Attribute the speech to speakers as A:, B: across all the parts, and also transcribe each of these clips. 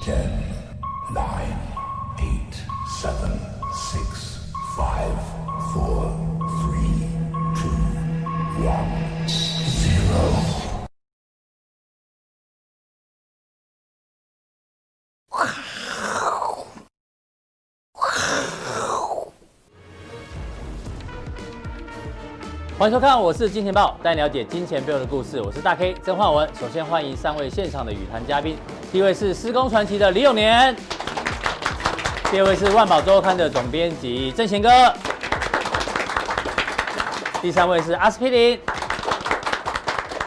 A: Ten, nine, eight, seven, six, five, four, three, two, one, zero.
B: 欢迎收看，我是金钱豹，带你了解金钱背后的故事。我是大 K 曾焕文。首先欢迎三位现场的语坛嘉宾，第一位是施工传奇的李永年，第二位是万宝周刊的总编辑郑贤哥，第三位是阿司匹林。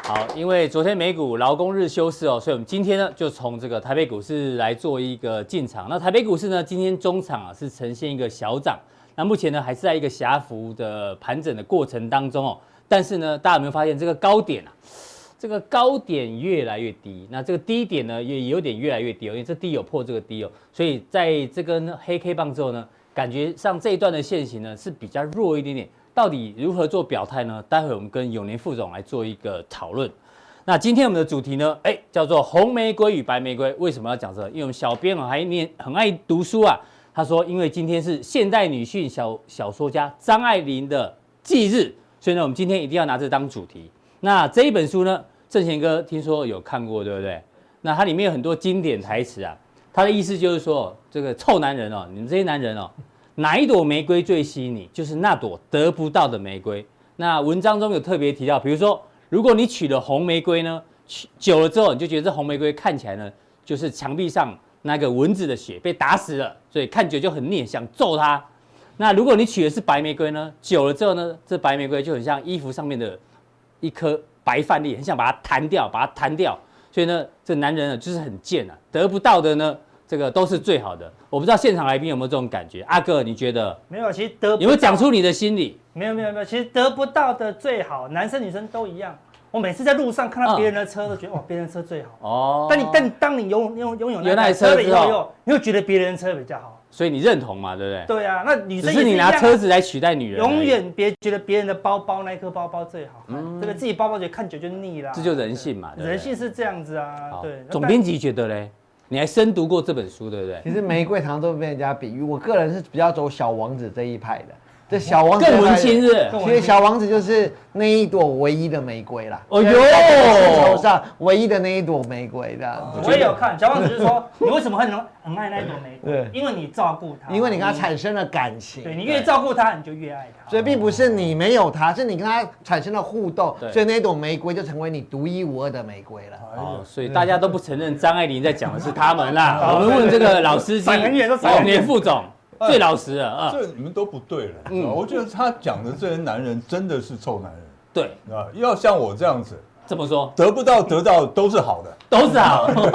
B: 好，因为昨天美股劳工日休市哦，所以我们今天呢就从这个台北股市来做一个进场。那台北股市呢，今天中场啊是呈现一个小涨，那目前呢还是在一个狭幅的盘整的过程当中哦。但是呢，大家有没有发现这个高点啊，这个高点越来越低，那这个低点呢也也有点越来越低哦，因为这低有破这个低哦，所以在这根黑 K 棒之后呢，感觉上这一段的线型呢是比较弱一点点。到底如何做表态呢？待会我们跟永年副总来做一个讨论。那今天我们的主题呢，哎，叫做红玫瑰与白玫瑰。为什么要讲这个因为我们小编啊还念很爱读书啊，他说因为今天是现代女性小小说家张爱玲的忌日，所以呢，我们今天一定要拿这当主题。那这一本书呢，郑贤哥听说有看过，对不对？那它里面有很多经典台词啊，他的意思就是说，这个臭男人哦，你们这些男人哦，哪一朵玫瑰最吸引你？就是那朵得不到的玫瑰。那文章中有特别提到，比如说，如果你娶了红玫瑰呢，娶久了之后，你就觉得这红玫瑰看起来呢，就是墙壁上那个蚊子的血被打死了，所以看久就很腻，想揍它。那如果你娶的是白玫瑰呢，久了之后呢，这白玫瑰就很像衣服上面的一颗白饭粒，很想把它弹掉，把它弹掉。所以呢，这男人啊就是很贱啊，得不到的呢，这个都是最好的。我不知道现场来宾有没有这种感觉，阿哥你觉得
C: 没有，其实得不到
B: 有没有讲出你的心里？
C: 没有没有没有，其实得不到的最好，男生女生都一样。我每次在路上看到别人的车，都觉得哇，别人的车最好。
B: 啊哦，
C: 但你但你当你拥拥拥有
B: 有
C: 那
B: 那
C: 台
B: 车
C: 车了以
B: 之
C: 后，
B: 后
C: 又你又觉得别人的车比较好。
B: 所以你认同嘛，对不对？
C: 对啊，那女
B: 只
C: 生也
B: 是你
C: 一
B: 拿
C: 样啊
B: 车子来取代女人而已，
C: 永远别觉得别人的包包那一颗包包最好看，这个自己包包觉得看久就腻啦。
B: 这就人性嘛，对不对
C: 人性是这样子啊。
B: 好
C: 对，
B: 总编辑觉得嘞，你还深读过这本书，对不对？
D: 其实玫瑰常常都被人家比喻，我个人是比较走小王子这一派的。这小王子
B: 更文青是不
C: 更
B: 是？
C: 文
D: 其实小王子就是那一朵唯一的玫瑰啦。
B: 哦哟
D: 就是在地球上唯一的那一朵玫瑰这样子。
C: 我也有看，小王子就说 你为什么很很爱那一朵玫瑰
D: 对？
C: 因为你照顾它，
D: 因为你跟他产生了感情，
C: 对你越照顾它，你就越爱它。
D: 所以并不是你没有他，是你跟他产生了互动
B: 对，
D: 所以那朵玫瑰就成为你独一无二的玫瑰了。
B: 哦，所以大家都不承认张爱玲在讲的是他们啦。我
C: 哦
B: 们问这个老司机，哦
C: 闪很远都闪很远
B: 连副总最老实了啊，
A: 这你们都不对了。
B: 嗯
A: 我觉得他讲的这些男人真的是臭男人
B: 对，
A: 啊！要像我这样子，
B: 这么说
A: 得不到得到都是好的。
B: 都是好，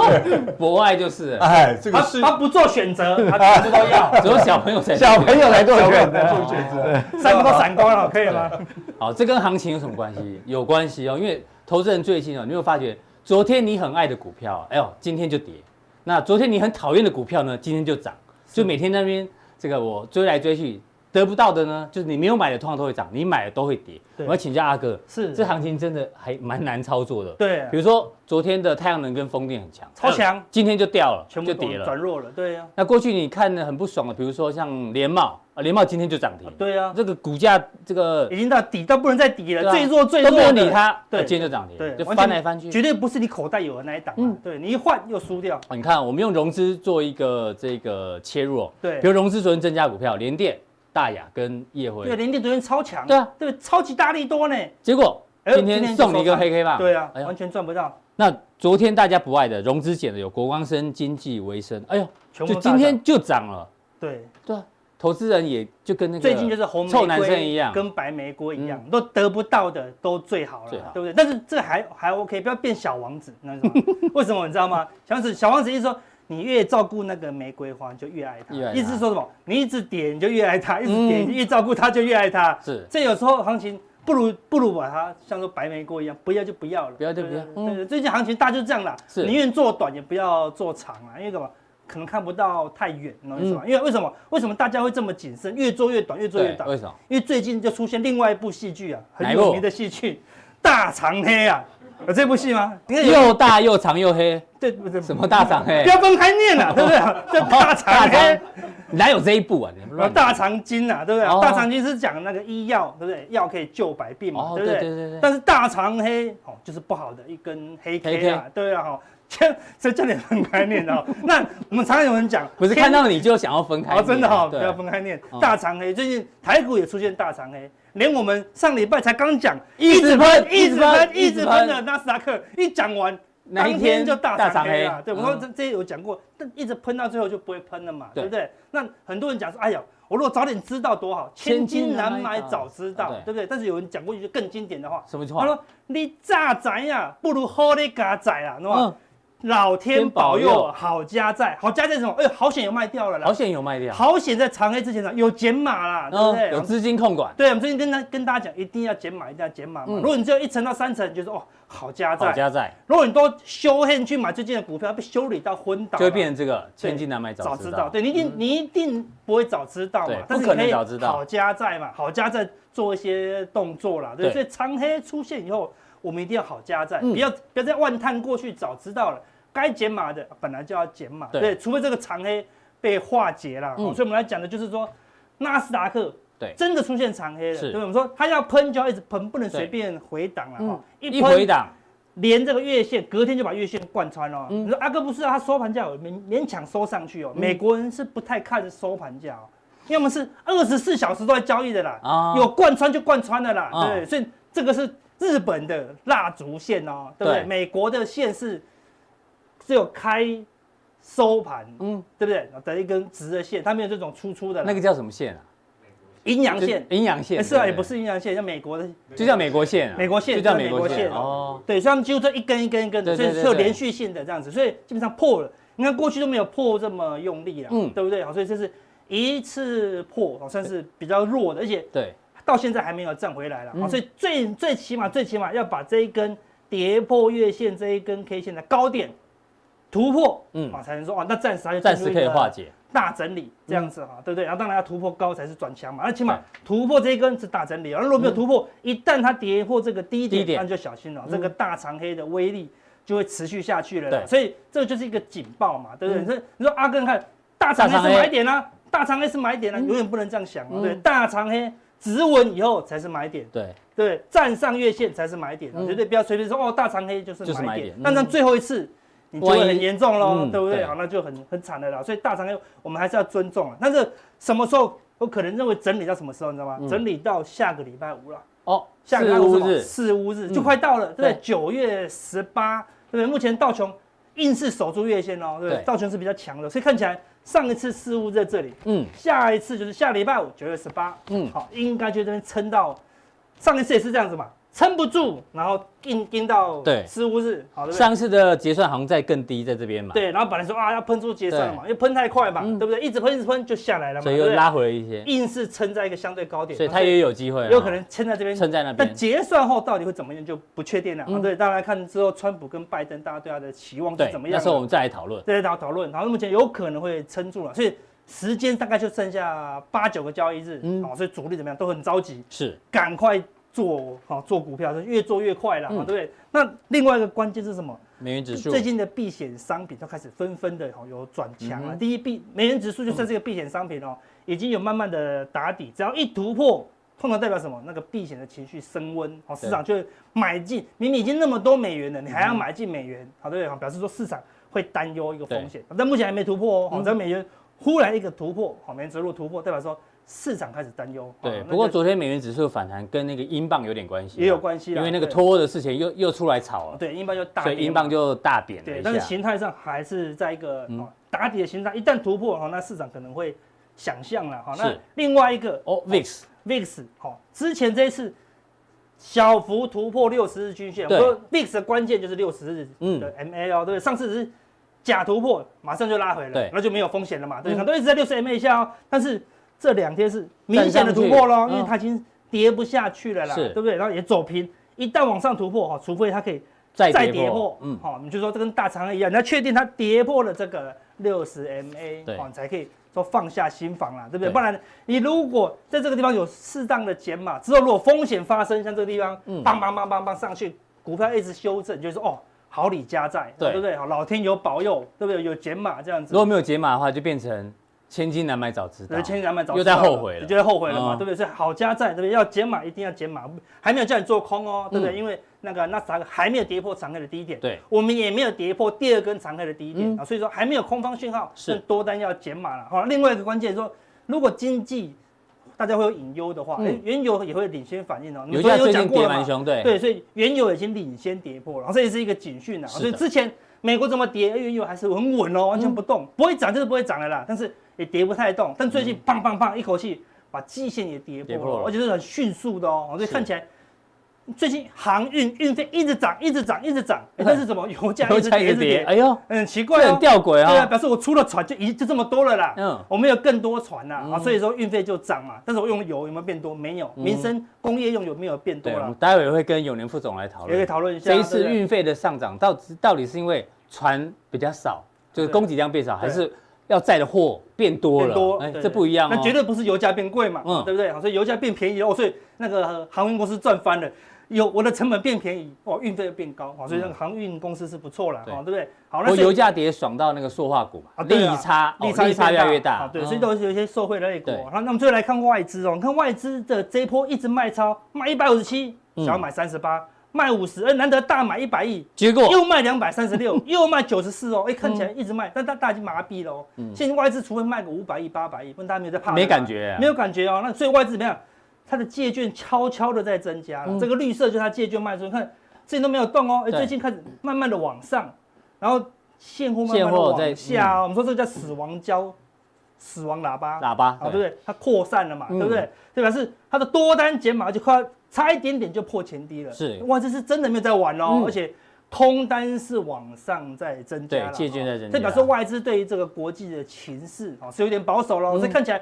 B: 博爱就是了，
A: 哎，这个
C: 他
A: 是
C: 他不做选择，他全部都 要，
B: 只有小朋友才
D: 小朋友来做啊选择，
A: 做选择。
C: 三个都闪光了，可以吗？
B: 好，这跟行情有什么关系？有关系哦，因为投资人最近哦，你有没有发觉，昨天你很爱的股票，哎呦，今天就跌；那昨天你很讨厌的股票呢，今天就涨，就每天那边这个我追来追去，得不到的呢，就是你没有买的通常都会涨，你买的都会跌。我
C: 对
B: 要请教阿哥，
C: 是
B: 这行情真的还蛮难操作的。
C: 对啊
B: 比如说昨天的太阳能跟风电很强，
C: 超强
B: 哎呦今天就掉了，
C: 全部
B: 就
C: 都
B: 跌
C: 转
B: 了。
C: 弱了，对啊呀、
B: 那过去你看的很不爽的，比如说像联茂啊，联茂今天就涨停，
C: 对啊
B: 这个股价这个
C: 已经到底到不能再底了，
B: 对啊
C: 最弱最弱
B: 都
C: 的
B: 不用理它，
C: 对
B: 对，今天就涨停，
C: 对，
B: 就
C: 完全
B: 翻来翻去。
C: 绝对不是你口袋有的那一档、
B: 嗯
C: 嗯，对你一换又输掉，
B: 哦你看，我们用融资做一个这个切入哦，
C: 对
B: 比如融资昨天增加股票，联电、大雅跟叶
C: 对，
B: 辉，
C: 联电昨天超强，
B: 对啊，
C: 对，超级大力多呢，
B: 结果
C: 哎
B: 今天送你一个黑 K
C: 吧，
B: 棒，
C: 对啊，
B: 哎呦
C: 完全赚不到，
B: 那昨天大家不爱的融资减的有国光生、经济、维生，哎呦，
C: 全部
B: 就
C: 都
B: 今
C: 大
B: 天就涨了，
C: 涨对，
B: 对啊，投资人也就跟那个
C: 最近就是红玫瑰
B: 臭男生一样，嗯
C: 跟白玫瑰一样，都得不到的都最好了，
B: 最好
C: 对不对？但是这还还 OK，不要变小王子，那种。 为什么你知道吗？小王子小王子一直说，你越照顾那个玫瑰花，你就越爱它。
B: 越爱它
C: 意思是说什么？你一直点你就越爱它，一直
B: 嗯
C: 点、你越照顾它就越爱它。
B: 是
C: 这有时候行情不如不如把它像说白玫瑰一样，不要就不要了，
B: 不要就
C: 对
B: 不要
C: 对
B: 嗯
C: 对对最近行情大家就这样啦，
B: 是
C: 宁愿做短也不要做长啊，因为干嘛？可能看不到太远，你懂我意思
B: 嗯
C: 吗？因为为什么？为什么大家会这么谨慎？越做越短，越做越
B: 对，
C: 短。
B: 为什么？
C: 因为最近就出现另外一部戏剧啊，很
B: 哪一部
C: 有名的戏剧《大长黑》啊，有这部戏吗？应该有。
B: 又大又长又黑，
C: 对不对？
B: 什么大哦长 黑
C: 不？要分开念呐，对不对？叫 大肠黑，
B: 哪有这一步啊？你们
C: 然
B: 乱
C: 后大肠经呐，对不
B: 哦
C: 对？大肠经是讲那个医药，对不对？药可以救百病嘛，
B: 哦
C: 对不
B: 对对对对
C: 但是大肠黑哦，就是不好的一根黑 K 啊，对啊，哈，这叫你分开 念的哦。那我们常常有人讲，
B: 不是
C: 天
B: 看到你就想要分开
C: 哦，
B: 念，啊
C: 真的哈，不
B: 对
C: 要分开念
B: 嗯。
C: 大长黑最近台股也出现大长黑，连我们上礼拜才刚讲，
B: 一直喷
C: 一直喷，
B: 一
C: 一
B: 直
C: 直
B: 喷
C: 喷的纳斯达克，一讲完
B: 哪一
C: 当天就大
B: 大长
C: 长黑
B: 黑
C: 了。对，我说
B: 嗯
C: 这这些有讲过，但一直喷到最后就不会喷了嘛，
B: 对
C: 对不对？那很多人讲说，哎呀，我如果早点知道多好，千金难买早知
B: 千
C: 道
B: 金难买早知道，
C: 对不对？但是有人讲过一句更经典的话，
B: 什么
C: 他
B: 话？
C: 说：“你炸宅呀，不如好你嘎宅啦，懂吗
B: 嗯？”，
C: 老天保
B: 天保佑
C: 佑，啊好家在，好家在是什么？哎呦，好险有卖掉了啦
B: 好！险有卖掉，嗯
C: 好险在长黑之前呢啊有减码啦，对不对？
B: 有资金控管，
C: 对，我们最近跟大跟大家讲，一定要减码，一定要减码嘛。
B: 嗯
C: 如果你只有一层到三层，你就说哦好加
B: 好
C: 在；
B: 家在
C: 如果你都修黑去买最近的股票，被修理到昏倒了，
B: 就会变成这个千金难买
C: 早
B: 早
C: 知
B: 知
C: 道。
B: 道。嗯
C: 对你一定、你一定不会早知道嘛
B: 对，
C: 但是
B: 不可
C: 你
B: 能
C: 可以
B: 早知道
C: 好加在嘛，好加在做一些动作啦，对
B: 对
C: 不对。所以长黑出现以后，我们一定要好加在，
B: 嗯
C: 不要不要再万探过去，早知道了，该减码的本来就要减码，
B: 对
C: 对，除非这个长黑被化解啦。
B: 嗯
C: 哦所以我们来讲的就是说，纳斯达克。
B: 对
C: 真的出现长黑了，
B: 是
C: 对不对？我们说它要喷就要一直喷，不能
B: 对
C: 随便回档了哦
B: 嗯
C: 哈。
B: 一回
C: 喷
B: 档，
C: 连这个月线，隔天就把月线贯穿了。
B: 嗯
C: 你说阿哥不是啊？他收盘价有勉勉强收上去哦。
B: 嗯
C: 美国人是不太看收盘价哦，因为我们是二十四小时都在交易的啦，
B: 啊
C: 有贯穿就贯穿的啦，
B: 啊
C: 对，所以这个是日本的蜡烛线哦，对不对？
B: 对
C: 美国的线是只有开收盘，
B: 嗯，
C: 对不对？的一根直的线，它没有这种粗粗的啦
B: 那个叫什么线啊？
C: 阴阳线，
B: 就阴阳线
C: 诶是啊，
B: 对
C: 也不是阴阳线，像美国的
B: 就叫美国线啊，
C: 美国线
B: 就叫
C: 对
B: 美国
C: 美国
B: 线
C: 线
B: 哦，
C: 对，所以他们几乎这一根一根一根的，
B: 对
C: 所以
B: 对对
C: 是有
B: 对
C: 连续性的这样子，所以基本上破了。你看过去都没有破这么用力了，
B: 嗯
C: 对不对？好，所以这是一次破，好算是比较弱的，而且
B: 对，
C: 到现在还没有站回来了。好，
B: 嗯
C: 所以最最起码最起码要把这一根跌破月线这一根 K 线的高点突破，
B: 嗯
C: 嗯，啊，才能说哦，那暂时它就
B: 暂时可以化
C: 解。
B: 解，
C: 大整理这样
B: 嗯
C: 子哈、对不对？然后当然要突破高才是转强嘛，那啊起码突破这一根是大整理啊。那如果没有突破，一旦它跌破这个低
B: 低
C: 点，
B: 点嗯
C: 那就小心了，这个大长黑的威力就会持续下去了啦
B: 对。
C: 所以这就是一个警报嘛，对不对？
B: 嗯
C: 所以你说阿根看大长
B: 大长
C: 黑
B: 黑
C: 是买点啊，大长黑是买点啊，永远不能这样想啊。
B: 嗯
C: 对，大长黑止稳以后才是买点。
B: 对，
C: 对，站上月线才是买点啊，
B: 嗯
C: 绝对不要随便说哦，大长黑就是
B: 就是买
C: 买
B: 点
C: 点
B: 嗯。
C: 但是最后一次，你就会
B: 万一
C: 很严重喽
B: 嗯，
C: 对不对？
B: 对
C: 好，那就很很惨的啦。所以大长黑我们还是要尊重啊。但是什么时候我可能认为整理到什么时候，你知道吗
B: 嗯？
C: 整理到下个礼拜五了，
B: 哦，
C: 下个礼
B: 四
C: 拜五
B: 五
C: 是什么
B: 日，
C: 四五日
B: 嗯
C: 就快到了，对不对
B: 对？
C: 九月十八，对不对？目前道琼硬是守住月线哦，对不
B: 对
C: 对？道琼是比较强的，所以看起来上一次四五在这里，
B: 嗯，
C: 下一次就是下礼拜五九月十八，
B: 嗯
C: 嗯，好，应该就这边撑到上一次也是这样子嘛，撑不住，然后硬硬到
B: 对
C: 十五日，好对不对？
B: 上次的结算好像在更低，在这边嘛，，
C: 对，然后本来说啊要喷出结算了嘛，因为喷太快嘛，对不对？一直喷一直喷就下来了嘛，
B: 所以
C: 对
B: 又
C: 不对
B: 拉回了一些，
C: 硬是撑在一个相对高点，
B: 所以它也有机会，啊
C: 有可能撑在这边，
B: 撑在那边
C: 但，结算后到底会怎么样就不确定了、
B: 嗯
C: 啊。对，当然看之后川普跟拜登大家对他的期望是
B: 对
C: 怎，么样
B: 那
C: 啊。
B: 时候我们再来讨论，
C: 这些讨讨论，然后目前有可能会撑住了，所以时间大概就剩下八九个交易日，
B: 嗯
C: 好、所以主力怎么样都很着急，
B: 是
C: 赶快做好、做股票，就越做越快了，
B: 嗯
C: 好对不对？那另外一个关键是什么？
B: 美元指数
C: 最近的避险商品都开始纷纷的好哦有转强
B: 嗯
C: 了。第一避美元指数就算是一个避险商品哦，已经有慢慢的打底，只要一突破，通常代表什么？那个避险的情绪升温，好市场就会买进。明明已经那么多美元了，你
B: 嗯
C: 还要买进美元，好对不对？好表示说市场会担忧一个风险，但目前还没突破
B: 嗯
C: 哦。好，只要美元忽然一个突破，哦好，美元指数突破，代表说市场开始担忧。
B: 对，
C: 好
B: 不过
C: 哦那就
B: 昨天美元指数反弹跟那个英镑有点关系啊，
C: 也有关系啦
B: 因为那个
C: 对
B: 脱欧的事情又又出来炒了，
C: 对英镑就大
B: 所
C: 跌嘛，
B: 以英镑就大贬了
C: 对，
B: 一
C: 但是
B: 下。嗯
C: 形态上还是在一个、哦、打底的形态，一旦突破哈、哦，那市场可能会想象了哈。那
B: 是
C: 另外一个
B: 哦，VIX
C: VIX 哈、哦，之前这一次小幅突破六十日均线，我
B: 对嗯
C: 说 VIX 的关键就是六十日的 MA 哦，对不对？上次只是假突破，马上就拉回
B: 对
C: 了，那就没有风险了嘛，对，
B: 嗯
C: 很多一直在六十 MA 以下哦，但是这两天是明显的突破
B: 站上
C: 喽，
B: 去嗯
C: 因为它已经跌不下去了啦，
B: 是
C: 对不对？然后也走平，一旦往上突破哈、哦，除非它可以。
B: 再
C: 再
B: 跌
C: 跌
B: 破
C: 破，，
B: 嗯
C: 嗯，，好、你就说这跟大长黑一样，你要确定它跌破了这个六十 MA，
B: 对
C: 好、你才可以说放下心防啦，对不对？
B: 对
C: 不然你如果在这个地方有适当的减码之后，如果风险发生，像这个地方，
B: 嗯
C: 嗯，梆梆梆梆梆上去，股票一直修正，就是说哦，好礼加在，
B: 对
C: 对不对？好，老天有保佑，对不对？有减码这样子
B: 如，果没有解码的话，就变成千金难买早知道
C: 人。千两百早
B: 又
C: 知道
B: 在后悔了
C: 你就在后悔了嘛，
B: 嗯
C: 对不对？所以好加在，对不对？要减码一定要减码，还没有叫你做空哦，对不对？因为那个纳斯达克还没有跌破长黑的低点，
B: 对，嗯
C: 我们也没有跌破第二根长黑的低点啊，所以说还没有空方讯号，
B: 是
C: 所以多单要减码了。好，另外一个关键说，如果经济大家会有隐忧的话，
D: 嗯
C: 诶原油也会领先反应哦。你
B: 油
C: 们
B: 价
C: 昨天有
B: 最
C: 讲
B: 近
C: 过
B: 跌
C: 了
B: 蛮
C: 嘛？
B: 凶，对，
C: 对，所以原油已经领先跌破了，这也是一个警讯啊。
B: 是的
C: 所以之前美国怎么跌，哎原油还是很稳哦，完全不
B: 嗯
C: 动，不会涨就是不会涨了啦，但是也跌不太动。但最近砰砰砰一口气把季线也跌
B: 跌
C: 破
B: 破
C: 了，
B: 了
C: 而且是很迅速的哦，所以
B: 是
C: 看起来。最近航运运费一直涨，一直涨，一直涨，诶
B: 嗯
C: 但是怎么油价
B: 油
C: 一直
B: 价
C: 跌，一
B: 也
C: 直
B: 跌，
C: 跌？
B: 哎呦，
C: 嗯，奇
B: 这
C: 怪哦
B: 很。吊诡
C: 对啊，
B: 啊。
C: 表示我出了船就一就这么多了啦。
B: 嗯，
C: 我们有更多船呐、啊，
B: 嗯
C: 所以说运费就涨嘛。但是我用油有没有变多？没有。
B: 嗯
C: 民生工业用油没有变多
B: 对，我们
C: 啦，
B: 待会会跟永年副总来讨
C: 也可以
B: 论。
C: 讨论一下。
B: 这一
C: 对
B: 次
C: 不对
B: 运费的上涨，到底到底是因为船比较少，就是
C: 对
B: 供给量变少，
C: 对
B: 还是要载的货变多
C: 变多
B: 了？哎，
C: 对
B: 这不一样哦。
C: 那绝对不是油价变贵嘛，
B: 嗯
C: 对不对？好所以油价变便宜哦，所以那个呃航运公司赚翻了，有我的成本变便宜，哦，运费又变高，哦，所以那个航运公司是不错啦，
B: 嗯对
C: 哦，对不对？好，
B: 我
C: 所以
B: 油价跌爽到那个塑化股嘛
C: 啊，
B: 利
C: 对啊
B: 差哦
C: 利差
B: 利差越来越
C: 啊
B: 大，
C: 对，所以
B: 嗯
C: 都是有一些受惠的类股
B: 对
C: 哦。好，那我们最后来看外资哦，你看外资的这一波一直卖超，卖一百五十七，
B: 嗯
C: 想要买三十八，卖五十，哎，难得大买一百亿，
B: 结果
C: 又卖两百三 十六，又卖九十四哦，哎，看起
B: 嗯
C: 来一直卖，但大大家已经麻痹了哦。现在外资除非卖个五百亿、八百亿，不然大家没有在怕的啦。
B: 没感觉啊
C: 没，有感觉哦。那所以外资怎么样？它的借券悄悄的在增加了，
B: 嗯
C: 这个绿色就是它借券卖出，你看最近都没有动哦，哎，
B: 对
C: 最近开始慢慢的往上，然后现货慢慢
B: 现
C: 的
B: 货在嗯
C: 往下哦，我们说这个叫死亡交，死亡喇叭，
B: 喇叭
C: 啊，对不对？它扩散了嘛，
B: 嗯
C: 对不对？这表示它的多单减码就快要差一点点就破前低了。
B: 是
C: 哇，这是真的没有在玩哦
B: 嗯，
C: 而且空单是往上在增加啦，
B: 对借券在增加
C: 这表示外资对于这个国际的情势啊是有点保守了，
B: 嗯
C: 所以看起来。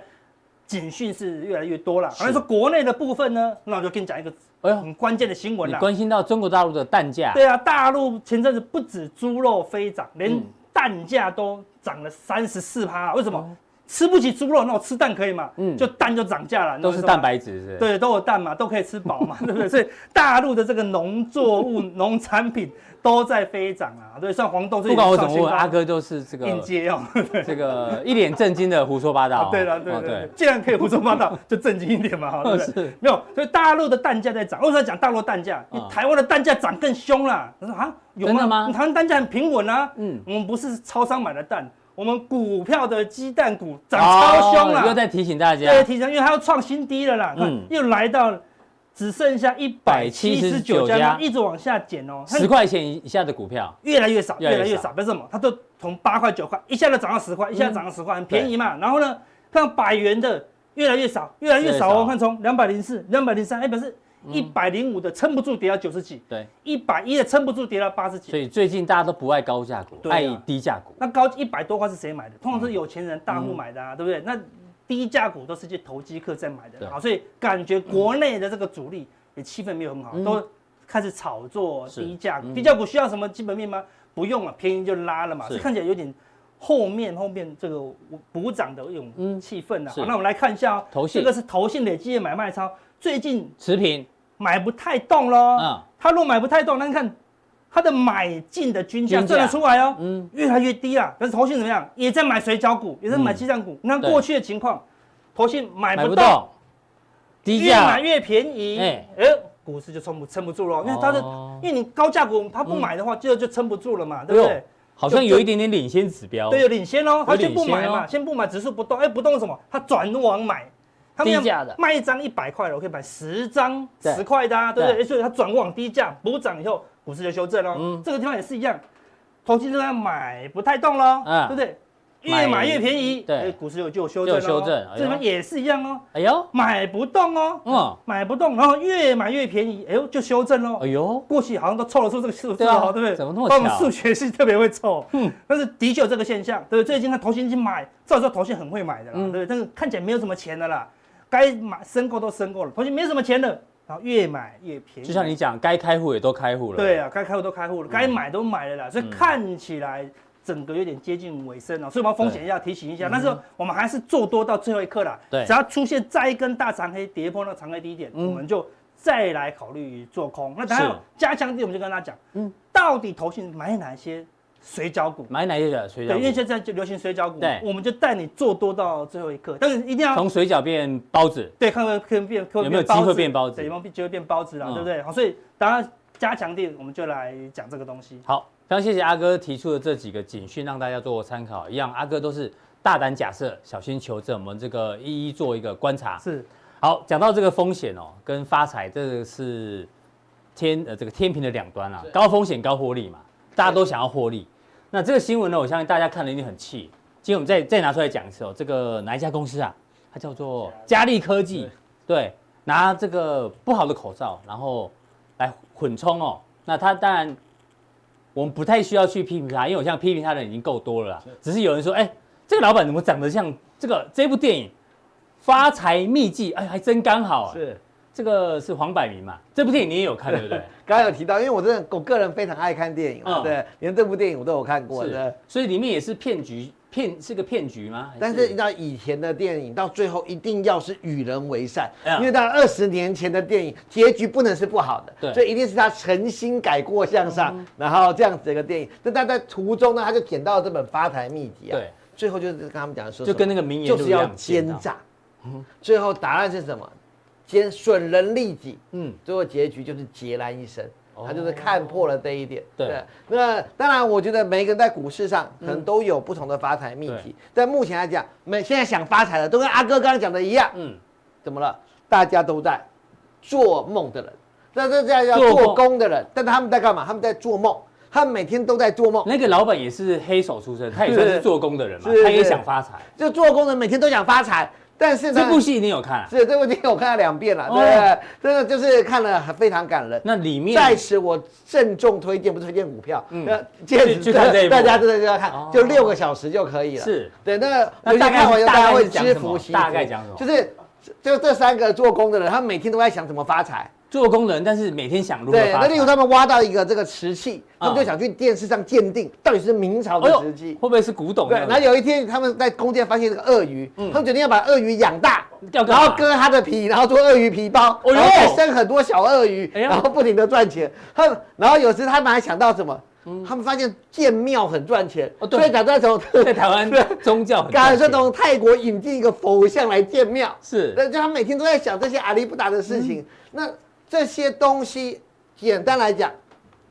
C: 警讯是越来越多了，好像说国内的部分呢，那我就跟你讲一个
B: 哎呦，
C: 很关键的新闻
B: 你
C: 啦。
B: 关心到中国大陆的蛋价，
C: 对啊，大陆前阵子不止猪肉飞涨，连
B: 嗯
C: 蛋价都涨了三十四趴。为什么？吃不起猪肉，那我吃蛋可以嘛？
B: 哦嗯
C: 就蛋就涨价了，你知道
B: 都
C: 为
B: 是
C: 什么
B: 蛋。白质，是不是？
C: 对，都有蛋嘛，都可以吃饱嘛， 对不对？所以大陆的这个农作物、农产品都在飞涨啊，对，像黄豆
B: 不
C: 最近
B: 管我怎
C: 创
B: 么
C: 新
B: 问，
C: 高
B: 阿哥都是这
C: 应
B: 个
C: 接哦，
B: 这个一脸震惊的胡说 八道哦。
C: 啊对了，对
B: 哦
C: 对对，既然可以胡说八道， 就正经一点嘛，对不对？
B: 是
C: 没有，所以大陆的蛋价在涨。为什么要讲大陆蛋价？
B: 嗯
C: 因为台湾的蛋价涨更凶啦。他说啊，有
B: 真的吗
C: 你台湾蛋价很平稳啊。
B: 嗯
C: 嗯，我们不是超商买的蛋，我们股票的鸡蛋股涨超凶
B: 哦又
C: 啦。
B: 在提醒大家，
C: 对，提升，因为它要创新低了啦，看
B: 嗯
C: 又来到只剩下一百七十九
B: 179家
C: 家，一直往下减哦。它
B: 十块钱以下的股票，
C: 越来越少，
B: 越
C: 越
B: 来越
C: 来越
B: 少
C: 少。为什么？它都从八块九块一下就涨到十块，一下涨到十块，很便宜嘛。然后呢，看百元的越来越少，越来越少
B: 越来越
C: 哦。
B: 少
C: 看从两百零四、两百零三，哎，表示一百零五的撑不住跌到九十几，
B: 对，
C: 一百一的撑不住跌到八十几
B: 所。以最近大家都不爱高价股，
C: 对啊
B: 爱低价股。嗯
C: 那高一百多块是谁买的？通常是有钱人大户买的啊，对不对？那低价股都是些投机客在买
B: 对
C: 的，啊好，所以感觉国内的这个主力也气氛没有很好，
B: 嗯
C: 都开始炒作
B: 是
C: 低价股。
B: 嗯
C: 低价股需要什么基本面吗？不用了，便宜就拉了嘛，
B: 是
C: 所以看起来有点后面后面这个补涨的一
B: 嗯
C: 种气氛啊。
B: 是
C: 好，那我们来看一下哦，
B: 投信
C: 这个是投信累积的买卖超，最近
B: 持平，
C: 买不太动喽。
B: 嗯
C: 它如果买不太动，那你看它的买进的均价
B: 均价
C: 算得出来哦。
B: 嗯，
C: 越来越低啊。可是投信怎么样？也在买水饺股，也在买
B: 嗯
C: 鸡蛋股。你看
B: 对
C: 过去的情况，投信买
B: 买
C: 不
B: 不
C: 到，
B: 到，低
C: 越买
B: 价，
C: 越便宜，
B: 哎
C: 哎，股市就撑不撑不住了，因为它的，
B: 哦嗯
C: 因为你高价股它不买的话，就就撑不住了嘛，对不
B: 哎呦
C: 对？
B: 好像有一点点领先指标，
C: 对，有领先哦，它先不买
B: 有领先哦
C: 嘛，先不买，指数不动，哎，不动是什么？它转往买。他
B: 低
C: 们
B: 价的
C: 卖一张一百块的，我可以买十张
B: 对
C: 十块的、啊，对不
B: 对
C: 对？哎所以它转往低价补涨以后，股市就修正喽。
B: 嗯
C: 这个地方也是一样，投机都在买不太动喽，
B: 嗯
C: 对不对？
B: 买
C: 越买越便宜，
B: 对
C: 哎股市有就有修正咯
B: 就有修正哎呦
C: 这地方也是一样哦，
B: 哎呦，
C: 买不动哦，
B: 嗯，
C: 买不动，然后越买越便宜，哎呦就修正喽
B: 哎。呦，
C: 过去好像都凑得出这个数字
B: 对啊
C: 哦，对不对？
B: 怎么那么
C: 但我们
B: 巧
C: 数学系特别会凑，嗯，但是的确有这个现象，对不对？最近看投信去买，照说投信很会买的啦，
B: 嗯
C: 对不对？但是看起来没有什么钱的啦，该买申购都申购了，投信没什么钱了，然后越买越便宜。
B: 就像你讲，该开户也都开户了，嗯
C: 对啊，该开户都开户了，该买都买了啦，所以看起来整个有点接近尾声啊了，所以我们要风险要提醒一下，但是我们还是做多到最后一刻啦。
B: 对
C: 只要出现再一根大长黑跌破那个长黑低点，
B: 嗯
C: 我们就再来考虑做空。那当
B: 是
C: 然加强地我们就跟大家讲，嗯，到底投信买哪些水饺股？
B: 买哪些的水饺
C: 对，因为
B: 股？
C: 现在就流行水饺股，
B: 对
C: 我们就带你做多到最后一刻，但是一定要
B: 从水饺变包子，
C: 对，看看看变，看
B: 有没有机会变包子
C: 对有没有机会变包子啦，
B: 嗯
C: 对不对？好，所以当然加强地，我们就来讲这个东西。
B: 好，非常谢谢阿哥提出的这几个警讯，让大家做参考。一样，阿哥都是大胆假设，小心求证，我们这个一一做一个观察。
C: 是，
B: 好，讲到这个风险哦，跟发财，这个是天呃这个天平的两端啊，高风险高获利嘛，大家都想要获利。那这个新闻呢，我相信大家看了一定很气。今天我们再再拿出来讲一次哦，这个哪一家公司啊？它叫做佳利科技，对，拿这个不好的口罩，然后来混充哦。那它当然我们不太需要去批评他，因为我像批评他的人已经够多了啦。只是有人说，哎、这个老板怎么长得像这个这部电影《发财秘籍》？哎，还真刚好、哎
D: 是，
B: 这个是黄百鸣嘛？这部电影你也有看对不对？
D: 刚刚有提到，因为我真的我个人非常爱看电影嘛，
B: 嗯
D: 对，连这部电影我都有看过
B: 是
D: 的。，
B: 所以里面也是骗局，骗是个骗局吗？还
D: 但是你知道以前的电影到最后一定要是与人为善，
B: 哎呀
D: 因为到二十年前的电影结局不能是不好的，
B: 对嗯
D: 所以一定是他诚心改过向上，然后这样子的一个电影。但他在途中呢，他就捡到了这本《发财秘籍》啊，
B: 对，
D: 最后就是跟他们讲说什么，
B: 就跟那个名言
D: 就是
B: 都
D: 要
B: 一样嗯
D: 奸
B: 奸
D: 诈，最后答案是什么？奸损人利己，
B: 嗯，
D: 最后结局就是孑然一身
B: 哦。
D: 他就是看破了这一点。
B: 对，
D: 那当然，我觉得每一个人在股市上可能都有不同的发财秘籍，但目前来讲，每现在想发财的都跟阿哥刚刚讲的一样，
B: 嗯，
D: 怎么了？大家都在做梦的人，那这这叫
B: 做梦
D: 做工的人，但他们在干嘛？他们在做梦，他们每天都在做梦。
B: 那个老板也是黑手出身，他也算是
D: 是
B: 做工的人嘛
D: 是，
B: 他也
D: 是
B: 想发财。
D: 就做工的人每天都想发财，但是呢，
B: 这部戏你有看啊？
D: 是这部电影我看了两遍了，
B: 哦
D: 对不对，真的就是看了非常感人。
B: 那里面
D: 在此我郑重推荐，不是推荐股票，
B: 嗯
D: 呃，建议
B: 去看这一部
D: 大家真的就要看
B: 哦，
D: 就六个小时就可以了。，
B: 是
D: 对，那个
B: 那
D: 我觉
B: 大
D: 得
B: 概
D: 看完以后
B: 大概
D: 大家会
B: 是讲
D: 知
B: 什么
D: 福惜福
B: 大概讲什么
D: 就是就这三个做工的人，他们每天都在想怎么发财。
B: 做工的人，但是每天想如何
D: 对，
B: 发
D: 那
B: 财。
D: 例如他们挖到一个这个瓷器，他
B: 嗯
D: 们就想去电视上鉴定到底是明朝
B: 哎
D: 的
B: 呦
D: 瓷器
B: 会。不会是古董那
D: 对，
B: 种？
D: 然后有一天他们在弓箭发现这个鳄鱼，
B: 嗯
D: 他们决定要把鳄鱼养大，
B: 要干
D: 然
B: 嘛
D: 后割它的皮，然后做鳄鱼皮包，
B: 哎呦
D: 然后再生很多小鳄鱼，
B: 哎呀
D: 然后不停的赚钱。他们，然后有时他们还想到什么？他们发现建庙很赚钱，
B: 嗯哦对
D: 所以打算从
B: 在台湾宗教很
D: 打
B: 赚
D: 算
B: 钱
D: 从泰国引进一个佛像来建庙。
B: 是嗯
D: 那就他每天都在想这些阿里不达的事情。那这些东西，简单来讲，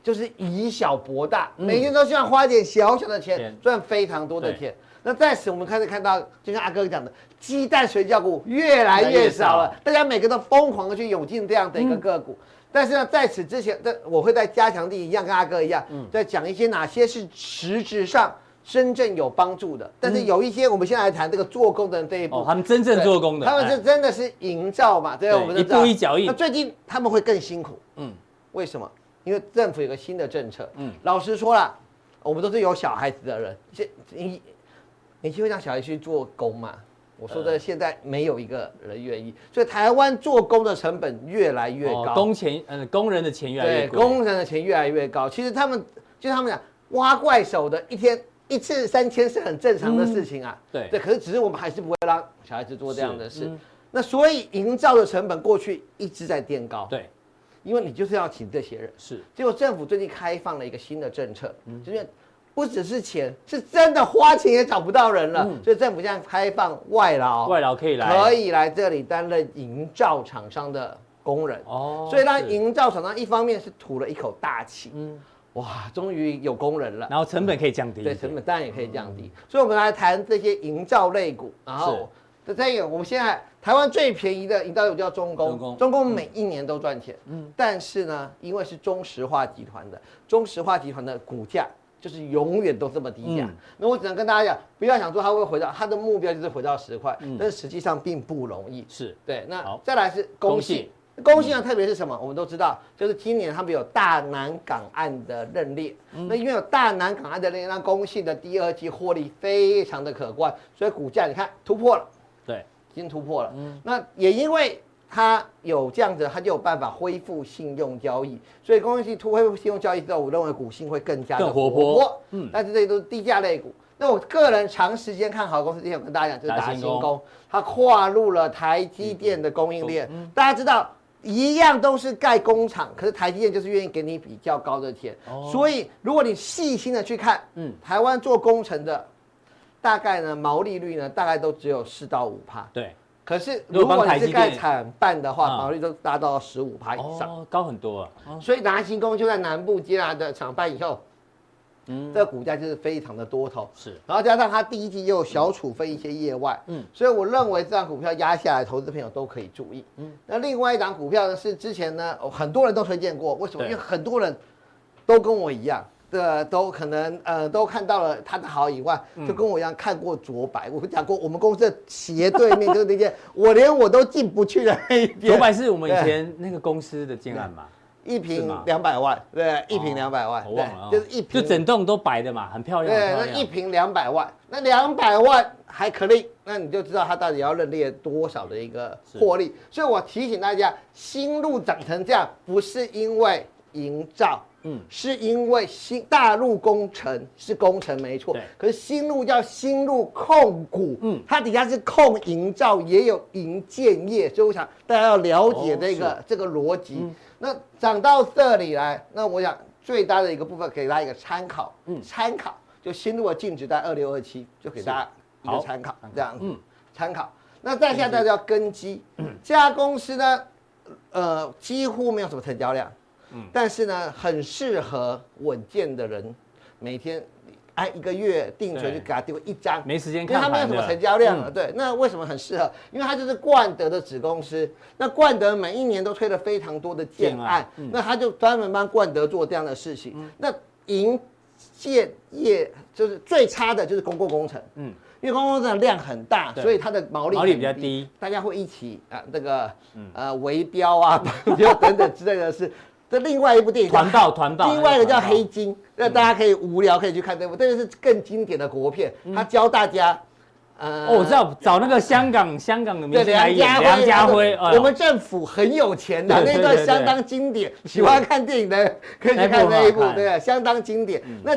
D: 就是以小博大，
B: 嗯
D: 每天都希望花一点小小的
B: 钱
D: 钱，赚非常多的
B: 对
D: 钱。那在此，我们开始看到，就像阿哥讲的，鸡蛋水饺股越来越少
B: 越来越嗯
D: 了，大家每个都疯狂的去涌进这样的一个个股。但是呢，在此之前，这我会在加强地一样跟阿哥一样，
B: 嗯
D: 在讲一些哪些是实质上真正有帮助的。但是有一些，我们先来谈这个做工的人这一
B: 嗯
D: 步。
B: 哦，他们真正
D: 对
B: 做工的，
D: 他们
B: 哎
D: 是真的是营造嘛，对，
B: 对
D: 我们
B: 一
D: 都知道
B: 步一脚印
D: 那最近他们会更辛苦，
B: 嗯
D: 嗯，为什么？因为政府有个新的政策，
B: 嗯
D: 嗯，老实说啦，我们都是有小孩子的人，现你你就会让小孩去做工嘛？我说
B: 嗯
D: 的现在没有一个人愿意，所以台湾做工的成本越来越
B: 哦
D: 高，
B: 工钱呃工人的钱越来越
D: 对，
B: 贵，
D: 工人的钱越来越高。其实他们就他们讲挖怪手的一天一次三千是很正常的事情啊。
B: 嗯对
D: 对，可是只是我们还是不会让小孩子做这样的
B: 是
D: 事
B: 嗯。
D: 那所以营造的成本过去一直在垫高，
B: 对
D: 因为你就是要请这些人。
B: 是
D: 结果政府最近开放了一个新的政策，
B: 嗯
D: 就是不只是钱，是真的花钱也找不到人了。所以政府现在开放外劳，
B: 嗯外劳可以来，
D: 可以来这里担任营造厂商的工人。
B: 哦，
D: 所以让
B: 是
D: 营造厂商一方面是吐了一口大气，嗯，哇，终于有工人了，
B: 然后成本可以降低一
D: 对，
B: 点，
D: 成本当然也可以降
B: 嗯
D: 低。所以我们来谈这些营造类股，然后这这个我们现在台湾最便宜的营造类股叫
B: 中
D: 中工，
B: 工嗯
D: 中工每一年都赚钱，嗯，但是呢，因为是中石化集团的，中石化集团的股价。就是永远都这么低价
B: 嗯，
D: 那我只能跟大家讲，不要想说它会回到它的目标就是回到十块，
B: 嗯
D: 但实际上并不容易。
B: 是
D: 对，那
B: 好
D: 再来是
B: 公
D: 公
B: 信嗯
D: 信，公信呢，啊特别是什么？我们都知道，就是今年他们有大南港岸的认列，
B: 嗯
D: 那因为有大南港岸的认列，让公信的第二季获利非常的可观，所以股价你看突破了，
B: 对
D: 已经突破了。那也因为它有这样子，它就有办法恢复信用交易，所以公信突恢复信用交易之后，我认为股性会更加的
B: 更活泼
D: 泼。
B: 嗯
D: 嗯，但是这些都是低价类股。那我个人长时间看好的公司，之前我跟大家讲就是
B: 达
D: 达
B: 兴
D: 兴
B: 工
D: 工。它跨入了台积电的供应链。大家知道，一样都是盖工厂，可是台积电就是愿意给你比较高的钱。所以如果你细心的去看，
B: 嗯
D: 嗯，台湾做工程的，大概呢毛利率呢大概都只有四到五帕。
B: 对，
D: 可是
B: 如果
D: 如果
B: 帮台
D: 你
B: 积
D: 是盖
B: 电
D: 产办的话，
B: 啊
D: 毛利都达到十五帕以上。
B: 哦，高很多啊，
D: 所以达兴工就在南部接纳的厂办以后，
B: 嗯
D: 这个股价就是非常的多头。
B: 是，
D: 然后加上它第一季也有小处分一些业外，
B: 嗯
D: 嗯，所以我认为这档股票压下来，投资朋友都可以注意。
B: 嗯
D: 嗯，那另外一档股票呢，是之前呢哦很多人都推荐过，为什么？
B: 对
D: 因为很多人都跟我一样。的都可能呃都看到了它的好以外，
B: 嗯
D: 就跟我一样看过卓白。我讲过，我们公司的斜对面就是那间我连我都进不去的 那一间，
B: 九百是我们以前那个公司的建案嘛，
D: 一
B: 是
D: 瓶
B: 吗
D: 两百万，对，一瓶两百万，
B: 我忘了啊，
D: 对就是一瓶，
B: 就整栋都白的嘛，很漂亮，
D: 对，
B: 很漂
D: 那
B: 亮
D: 一瓶两百万，那两百万还可以，那你就知道它到底要认列多少的一个获利。所以我提醒大家，新路长成这样，不是因为营造，
B: 嗯
D: 嗯，是因为新大陆工程是工程没错
B: 对，
D: 可是新路叫新路控股，
B: 嗯
D: 嗯，它底下是控营造，也有营建业，所以我想大家要了解
B: 哦
D: 这个、
B: 是
D: 这个逻辑。
B: 嗯
D: 那涨到这里来，那我想最大的一个部分给大家一个参考，
B: 嗯
D: 嗯，参考就新入的净值在二六二七，就给大家一
B: 好
D: 个参考，这样，
B: 嗯
D: 嗯，参考。那再下来大家要根基，这家公司呢，呃，几乎没有什么成交量，
B: 嗯
D: 但是呢，很适合稳健的人，每天按一个月定存
B: 对
D: 就给他丢一张，
B: 没时间
D: 因为
B: 看
D: 它
B: 盘
D: 没
B: 的，
D: 有什么成交量
B: 嗯
D: 了，对。那为什么很适合？因为它就是冠德的子公司，那冠德每一年都推了非常多的建
B: 建案嗯
D: 案，那他就专门帮冠德做这样的事情。那营建业就是最差的就是公共工程，
B: 嗯
D: 嗯。因为公共工程的量很大，
B: 对
D: 所以它的毛利
B: 毛利
D: 很
B: 比较低，嗯
D: 大家会一起啊，这个呃围标啊、 就等等之类的事。这另外一部电影叫
B: 团报团报
D: 另外一个叫
B: 还有团报
D: 黑金，那大家可以无聊可以去看这部，这个是更经典的国片，
B: 嗯
D: 他教大家，呃
B: 哦，我知，道找那个香港香港的明
D: 对
B: 星来
D: 梁
B: 演
D: 家辉，
B: 梁家辉，
D: 我
B: 哎
D: 们
B: 呦
D: 我们政府很有钱的
B: 对对
D: 那
B: 对对嗯
D: 段相当经典，喜欢看电影的人可以去
B: 那
D: 看那
B: 一
D: 一
B: 部很好，
D: 部
B: 看嗯
D: 对，相当经典。那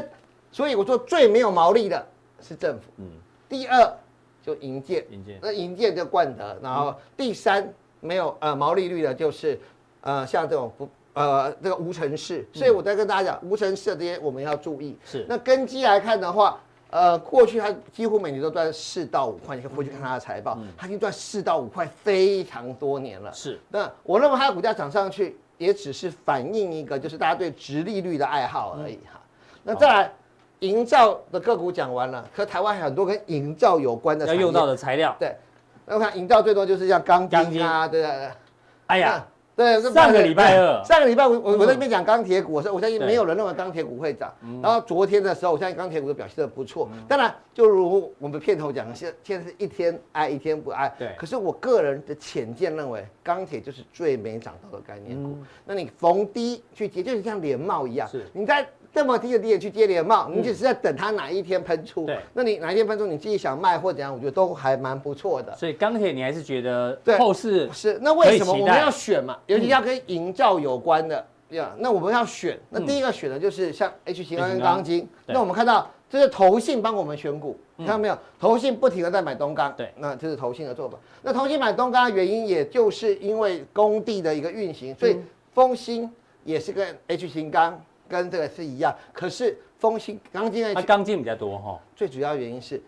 D: 所以我说最没有毛利的是政府，第二就银建，
B: 嗯银建嗯
D: 那银建就冠德，然后第三没有呃毛利率的就是呃像这种不。呃，这个无尘
B: 嗯
D: 室，所以我在跟大家讲，无尘室的这些我们要注意。
B: 是
D: 那根基来看的话，呃，过去它几乎每年都赚四到五块，你可以回去看它的财报，
B: 嗯
D: 它已经赚四到五块非常多年了。
B: 是
D: 那我认为它的股价涨上去，也只是反映一个就是大家对直利率的爱好而已
B: 嗯
D: 哈。那再来，营造的个股讲完了，可台湾还有很多跟营造有关的
B: 要
D: 产业
B: 用到的材料，
D: 对。那我看营造最多就是像钢
B: 钢
D: 筋啊，对对对。
B: 哎
D: 哎
B: 呀，，
D: 对，是
B: 上个礼拜二
D: 上个礼拜我我
B: 嗯
D: 我在那边讲钢铁股，我说我相信
B: 对嗯
D: 没有人认为钢铁股会涨。然后昨天的时候，我相信钢铁股的表现的不错。当然，就如我们片头讲的，现现在是一天挨一天不挨。
B: 对
D: 可是我个人的浅见认为，钢铁就是最没涨到的概念股。那你逢低去接，就是像联茂一样
B: 嗯是，嗯
D: 你在。这么低的低点去接联茂，你只是在等它哪一天喷出。
B: 对
D: 那你哪一天喷出，你自己想卖或怎样，我觉得都还蛮不错的。
B: 所以钢铁你还是觉得
D: 对
B: 后市
D: 是，那为什么
B: 可以期
D: 我
B: 待
D: 们要选嘛？尤其要跟营造有关的呀，那我们要选。那第一个选的就是像 H 型跟钢筋。
B: 对
D: 那我们看到这是投信帮我们选股，你看到没有？投信不停的在买东钢，
B: 对
D: 那这是投信的做法。那投信买东钢的原因，也就是因为工地的一个运行，所以丰兴也是跟 H 型钢跟这个是一样，可是丰兴钢筋
B: 它
D: H
B: 啊钢筋比较多哈，
D: 最主要原因是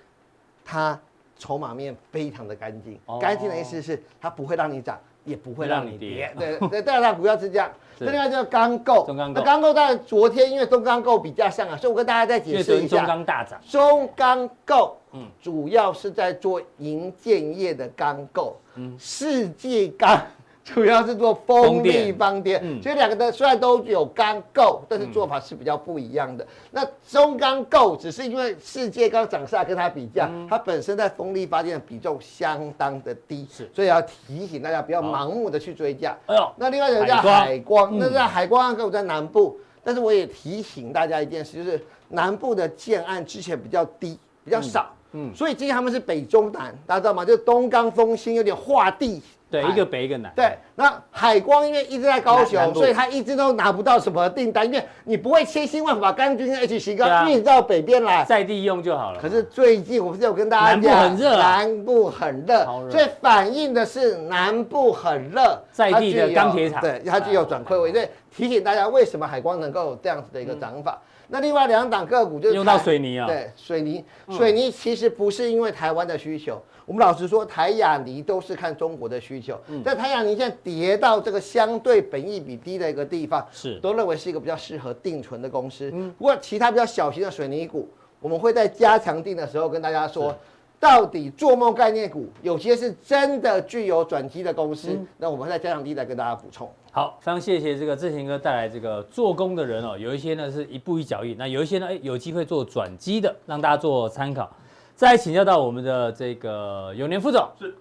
D: 它筹码面非常的干净
B: 哦，
D: 干净的意思是它不会让你涨，也不会让你跌
B: 不。
D: 对 对，当然股票是这样。
B: 是
D: 另外就是钢构
B: 中钢，构
D: 那钢构当然昨天因为中钢构比价上啊，所以我跟大家再
B: 因
D: 解
B: 为昨
D: 释一
B: 天中
D: 下，
B: 钢大涨，
D: 中钢构
B: 嗯
D: 主要是在做营建业的钢构，世界钢。 主要是做
B: 嗯风
D: 风
B: 电
D: 力帮电，
B: 嗯
D: 所以两个的虽然都有钢构，但是做法是比较不一样的。那中钢构只是因为世界刚涨上来啊跟它比价，
B: 嗯
D: 它本身在风力发电的比重相当的低，
B: 是
D: 所以要提醒大家不要
B: 好
D: 盲目的去追价。
B: 哎呦，
D: 那另外一个叫
B: 海光
D: 海
B: 嗯
D: 光，那在海光跟我在南部，但是我也提醒大家一件事，就是南部的建案之前比较低，比较少，
B: 嗯
D: 所以今天他们是北中南，大家知道吗？就东冈、丰兴有点划地
B: 对，一个北一个南。
D: 哎对，那海光因为一直在高
B: 南南
D: 雄，
B: 部
D: 所以他一直都拿不到什么订单，因为你不会千辛万苦把钢筋跟 H 型
B: 对啊
D: 钢运到北边来。
B: 在地用就好了。
D: 可是最近我不是有跟大家
B: 南部
D: 讲，
B: 很热啊
D: 南部很热
B: 超，热
D: 所以反映的是南部很热，
B: 在地的
D: 它具有
B: 钢铁厂哎
D: 对，它具有转亏为，所以提醒大家为什么海光能够有这样子的一个涨法。那另外两档个股就
B: 嗯
D: 是
B: 用到
D: 台
B: 水泥啊
D: 对，水泥，水泥其实不是因为台湾的需求，我们老实说，台亚泥都是看中国的需求，
B: 嗯
D: 但台亚泥现在跌到这个相对本益比低的一个地方，
B: 是嗯
D: 都认为是一个比较适合定存的公司。不过其他比较小型的水泥股，我们会在加强定的时候跟大家说。到底做梦概念股有些是真的具有转机的公司，
B: 嗯
D: 那我们会在加强定来跟大家补充。
B: 好，非常谢谢这个志行哥带来这个做工的人哦，有一些呢是一步一脚印，那有一些呢哎有机会做转机的，让大家做参考。再请教到我们的这个永年副总，
A: 是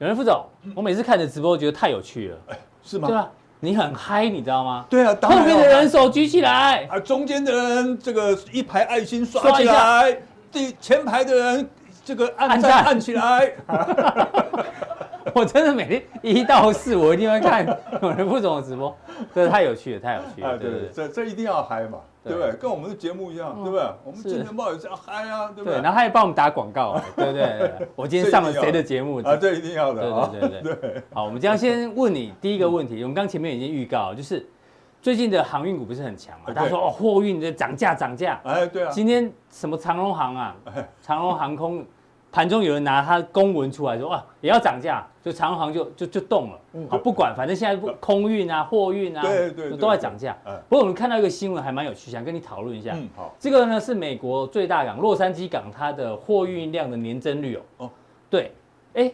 B: 永年副总，我每次看你的直播觉得太有趣了，
A: 是吗？
B: 对吧？你很嗨，你知道吗？
A: 哎对啊，当
B: 后
A: 然
B: 面
A: 了
B: 的人手举起来，
A: 啊，中间的人这个一排爱心刷
B: 刷一
A: 起
B: 下
A: 来，第前排的人这个
B: 按
A: 按
B: 赞
A: 赞按起来，
B: 我真的每天一到四我一定会看 永年副总的直播，真的太有趣了，太有趣
A: 啊，
B: 了，对
A: 对
B: 对
A: 对，这
B: 对。
A: 这一定要嗨嘛，
B: 对
A: 对不对？跟我们的节目一样，对不对？我们
B: 是
A: 金钱豹也是要嗨啊，对不
B: 对，
A: 对？
B: 然后他也帮我们打广告，对不对对对？我今天上了谁的节目？
A: 啊，这一定要的啊，嗯
B: 对对对对好，我们将先问你第一个问题，我们刚前面已经预告，就是最近的航运股不是很强嘛？
A: 哎对
B: 他说哦，货运的涨价涨价，
A: 哎，对啊，
B: 今天什么长荣航啊， 长荣航空盘中有人拿他公文出来说啊，也要涨价，就长荣航就就就动了。好，不管，反正现在不空运啊、货运啊，
A: 嗯对对对
B: 都在涨价
A: 对嗯。
B: 不过我们看到一个新闻还蛮有趣，想跟你讨论一下。
A: 嗯，好，
B: 这个呢是美国最大港洛杉矶港，它的货运量的年增率哦。
A: 哦
B: 对，哎，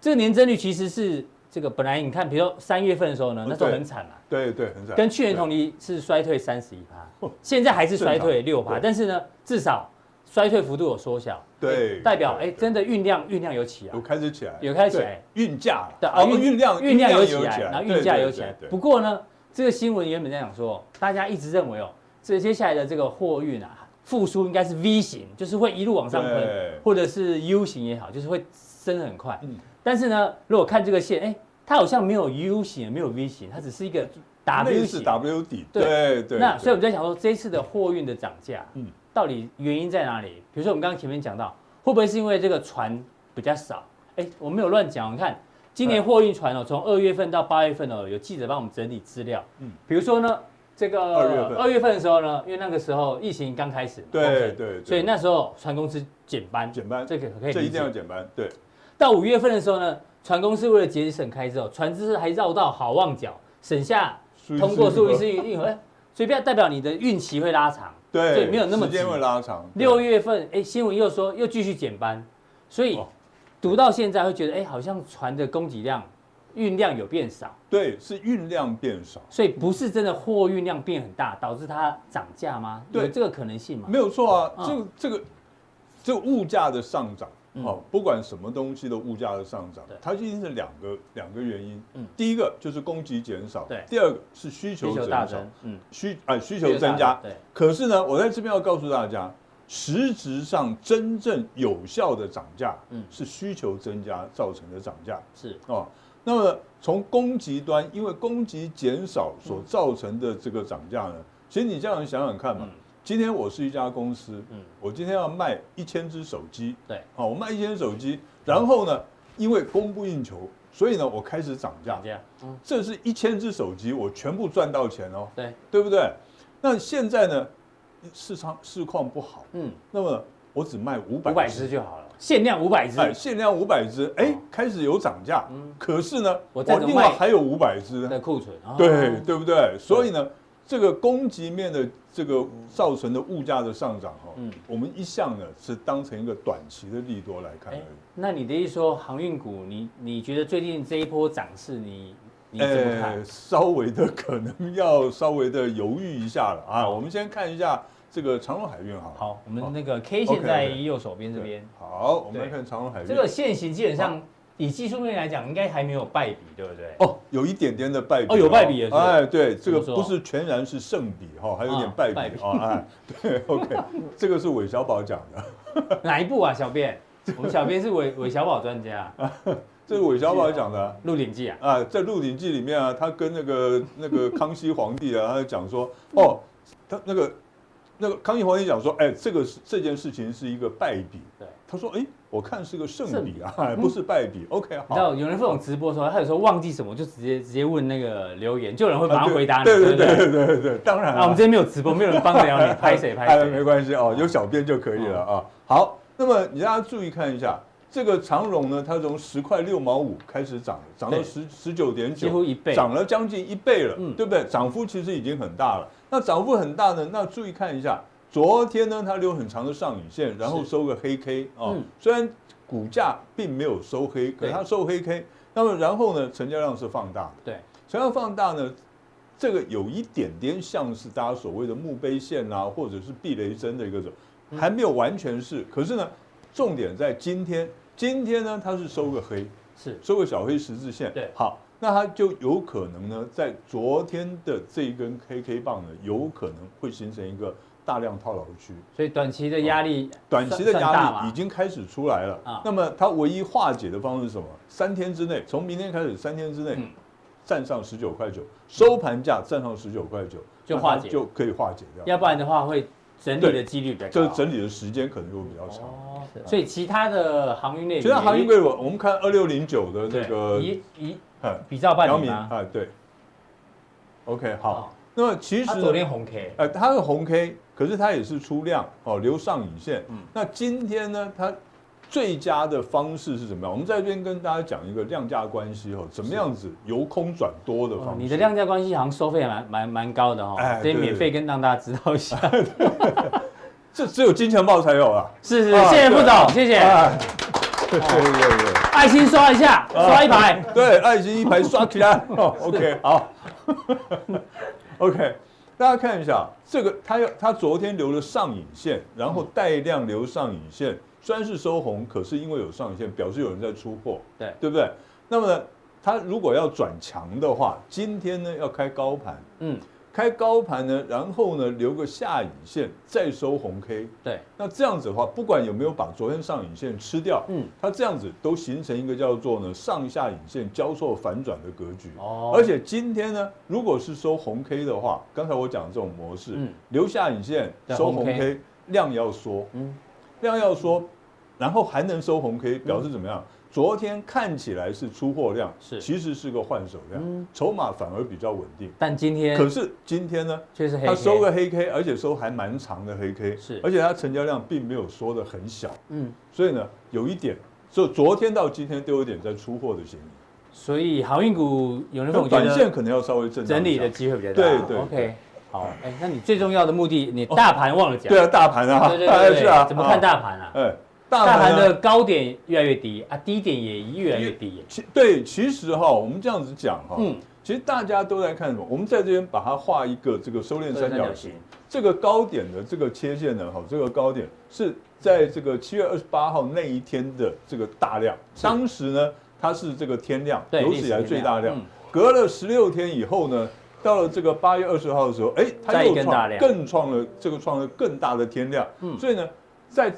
B: 这个年增率其实是这个本来你看，比如说三月份的时候呢，
A: 哦
B: 那时候
A: 对
B: 很惨嘛，
A: 对对，啊很赞。
B: 跟去年同期是衰退三十一趴，现在还是衰退六
A: 正
B: 趴，
A: 常
B: 但是呢，至少衰退幅度有缩小，
A: 对
B: 哎代表
A: 对
B: 哎真的运量运量有起啊
A: 有。开始起来，
B: 有开始起来
A: 对，运价，
B: 对啊
A: 哦，运量
B: 运量有
A: 也
B: 起来，然后运
A: 对
B: 价
A: 对
B: 有起来
A: 对对。
B: 不过呢，这个新闻原本在讲说，大家一直认为哦，这接下来的这个货运啊，复苏应该是 V 型，就是会一路往上喷
A: 对，
B: 或者是 U 型也好，就是会升得很快。
A: 嗯
B: 但是呢，如果看这个线，哎，它好像没有 U 型，也没有 V 型，它只是一个 W
A: 类似
B: 型。
A: W 底，
B: 对
A: 对对。
B: 那
A: 对
B: 所以我们在想说，这一次的货运的涨价，嗯
A: 嗯，
B: 到底原因在哪里？比如说我们刚刚前面讲到，会不会是因为这个船比较少？哎，我没有乱讲，你看今
A: 嗯
B: 年货运船哦，从二月份到八月份哦，有记者帮我们整理资料，嗯
A: 嗯，
B: 比如说呢，这个
A: 二月份
B: 二月份的时候呢，因为那个时候疫情刚开始嘛，
A: 对
B: 封城
A: 对对
B: 所以那时候船公司减班，
A: 减班
B: 这个可以
A: 这
B: 理
A: 一
B: 解
A: 定要减班，对，
B: 到五月份的时候呢，船公司为了节省开支哦，船只还绕到好望角，省下
A: 苏伊士
B: 通过苏伊
A: 运河
B: 士运河，哎所以不要代表你的运期会拉长，所以
A: 对，
B: 没有那么
A: 时
B: 急
A: 间。会拉长。对
B: 六月份，哎，新闻又说又继续减班，所以
A: 哦
B: 读到现在会觉得，哎，好像船的供给量、运量有变少，
A: 对是运量变少，
B: 所以不是真的货运量变很大导致它涨价吗？
A: 对
B: 有这个可能性吗？
A: 没有错啊，
B: 嗯
A: 这个这个这个物价的上涨，哦，不管什么东西的物价的上涨
B: 对，
A: 它一定是两个两个原因
B: 嗯。
A: 第一个就是供给减少
B: 对，
A: 第二个是需
B: 需
A: 求
B: 求
A: 减
B: 大
A: 少，
B: 增，嗯，
A: 需啊需求增加。
B: 对，
A: 可是呢，我在这边要告诉大家，实质上真正有效的涨价，
B: 嗯
A: 嗯，是需求增加造成的涨价
B: 是
A: 哦。那么从供给端，因为供给减少所
B: 嗯
A: 造成的这个涨价呢，其实你这样想想看嘛
B: 嗯，
A: 今天我是一家公司，
B: 嗯
A: 嗯，我今天要卖一千只手机，
B: 对，
A: 好，我卖一千只手机，然后呢，因为供不应求，所以呢，我开始涨价
B: 涨，价，嗯，
A: 这是一千只手机，我全部赚到钱哦。
B: 对，
A: 对不对？那现在呢，市场市况不好，
B: 嗯，
A: 那么我只卖五百
B: 五百只，就好了，限量五百只，
A: 哎，限量五百只，哎，开始有涨价，可是呢，
B: 嗯我
A: 我
B: 再怎么
A: 另外
B: 卖
A: 还有五百只，
B: 的库存，哦
A: 对对不对？所以呢，这个供给面的这个造成的物价的上涨哈
B: 嗯，
A: 我们一向呢是当成一个短期的利多来看而
B: 哎
A: 已。，
B: 那你的意思说航运股，你你觉得最近这一波涨势，你哎你怎么
A: 哎
B: 看？
A: 稍微的可能要稍微的犹豫一下了啊。我们先看一下这个长荣海运好了
B: 好，我们那个 K 线
A: OK，OK
B: 在右手边这
A: 对
B: 边，
A: 好，我们来
B: 对
A: 看长荣海运。
B: 这个线型基本上以技术面来讲，应该还没有败笔，对不对？
A: 哦，有一点点的败笔
B: 哦有败笔也是
A: 哎，对，这个
B: 怎么说
A: 不是全然是胜笔哈，还有一点
B: 啊
A: 败
B: 败
A: 笔哦
B: 笔
A: 啊，哎，对，OK，这个是韦小宝讲的，
B: 哪一步啊，小便？我们小编是韦韦小宝专家，
A: 这是韦小宝讲的啊、
B: 《鹿鼎记》啊，
A: 啊，在《鹿鼎记》里面啊，他跟那个那个康熙皇帝啊，他就讲说，哦，他那个那个康熙皇帝讲说，哎，这个是这件事情是一个败笔。
B: 对，
A: 他说，哎，我看是个胜
B: 胜
A: 笔啊，不是败笔。OK，
B: 你知
A: 好。啊
B: 道有人问我直播的时候，他有时候忘记什么，就直接直接问那个留言，就有人会
A: 啊
B: 马上
A: 对
B: 回答你，
A: 对
B: 对不
A: 对
B: 对？
A: 对对对对，当然
B: 啊，我们
A: 啊，
B: 今天没有直播，没有人帮得了你，拍谁啊嗯拍
A: 哎，没
B: 谁。
A: 关系哦，有小编就可以了啊。好，那么你大家注意看一下，这个长荣呢，它从十块六毛五开始涨，涨到
B: 对
A: 十十九点
B: 几
A: 九，
B: 乎一倍，
A: 涨了将近一倍了，
B: 嗯
A: 对不对？涨幅其实已经很大了。那涨幅很大呢，那注意看一下，昨天呢它留很长的上影线，然后
B: 是
A: 收个黑 K 啊、
B: 嗯
A: 虽然股价并没有收黑，可
B: 对
A: 它收黑 K，那么然后呢成交量是放大的，
B: 对，
A: 成交量放大呢。这个有一点点像是大家所谓的墓碑线啊，或者是避雷针的一个走，
B: 嗯
A: 还没有完全是。可是呢，重点在今天，今天呢它是收个黑，
B: 是
A: 收个小黑十字线，
B: 对
A: 好，那它就有可能呢，在昨天的这一根 KK 棒呢，有可能会形成一个大量套牢区，
B: 所以短期的压力算，
A: 哦短期的
B: 算大
A: 压力
B: 嘛
A: 已经开始出来了。
B: 啊
A: 那么它唯一化解的方式是什么？三天之内，从明天开始，三天之内
B: 嗯
A: 站上十九块九，收盘价站上十九块九，那
B: 就
A: 它
B: 化解
A: 就可以化解掉。
B: 要不然的话会整理的几率比较
A: 这
B: 高。
A: 整理的时间可能就会比较长。
B: 哦
D: 是，啊
B: 所以其他的航运类别，
A: 其他航运类股，我们看二六零九的这个
B: 一一
A: 哎
B: 比照办
A: 姚
B: 理
A: 明
B: 吗？
A: 啊，对，OK 好
B: 哦。，
A: 那么其实
B: 他
A: 呢
B: 昨天红 K，
A: 呃，它是红 K，可是它也是出量哦，留上影线。
B: 嗯
A: 那今天呢，它最佳的方式是怎么样？我们在这边跟大家讲一个量价关系哦，怎么样子由空转多的方
B: 哦
A: 式。
B: 你的量价关系好像收费还蛮蛮蛮高的
A: 哎
B: 哈，所
A: 对
B: 以免费跟让大家知道一下。
A: 这只有金钱豹才有啊！
B: 是是，
A: 啊
B: 谢谢
A: 对
B: 副总，谢谢，
A: 哎对对对对。
B: 爱心刷一下，
A: 啊
B: 刷一排。
A: 对，爱心一排刷起来。 哦、OK，好 ，OK，大家看一下这个，它要它昨天留了上影线，然后带量留上影线，虽然是收红，可是因为有上影线，表示有人在出货，
B: 对
A: 对不对？那么呢，它如果要转强的话，今天呢要开高盘，
B: 嗯，
A: 开高盘呢，然后呢留个下影线，再收红 K。
B: 对，
A: 那这样子的话，不管有没有把昨天上影线吃掉，
B: 嗯，
A: 它这样子都形成一个叫做呢上下影线交错反转的格局。
B: 哦
A: 而且今天呢，如果是收红 K 的话，刚才我讲的这种模式，
B: 嗯
A: 留下影线
B: 对
A: 收红
B: 红 K
A: K，量要缩，
B: 嗯
A: 量要缩，然后还能收红 K，表示怎么样？昨天看起来是出货量，
B: 是
A: 其实是个换手量，
B: 嗯，
A: 筹码反而比较稳定。
B: 但今天
A: 可是今天呢，
B: 却是黑 K，
A: 它收个黑 K，而且收还蛮长的黑 K，
B: 是
A: 而且它成交量并没有缩的很小，
B: 嗯，
A: 所以呢，有一点，就昨天到今天都有点在出货的嫌疑，
B: 所以航运股有人问我觉
A: 短线
B: 得
A: 可能要稍微震荡一下
B: 整理的，机会比较大。
A: 对对对
B: ，OK，好，哎，那你最重要的目的，你大盘忘了讲。
A: 对啊，大盘啊，
B: 对 对对对
A: 是啊，
B: 怎么看
A: 啊？
B: 大盘啊？
A: 哎，大
B: 大盘
A: 盘
B: 的
A: 呢？
B: 高点越来越低啊，低点也越来越低。
A: 其对，其实哈，我们这样子讲哈，
B: 嗯，
A: 其实大家都在看什么？我们在这边把它画一个这个收敛三角形，
B: 形，
A: 这个高点的这个切线呢，哈，这个高点是在这个七月二十八号那一天的这个大量，
B: 是
A: 当时呢它是这个天量，
B: 对，
A: 有
B: 历
A: 史以
B: 史
A: 来最大量
B: 嗯。
A: 隔了十六天以后呢，到了这个八月二十号的时候，哎，它
B: 再一
A: 又
B: 根大
A: 创
B: 量
A: 更创了这个创了更大的天量，
B: 嗯
A: 所以呢，在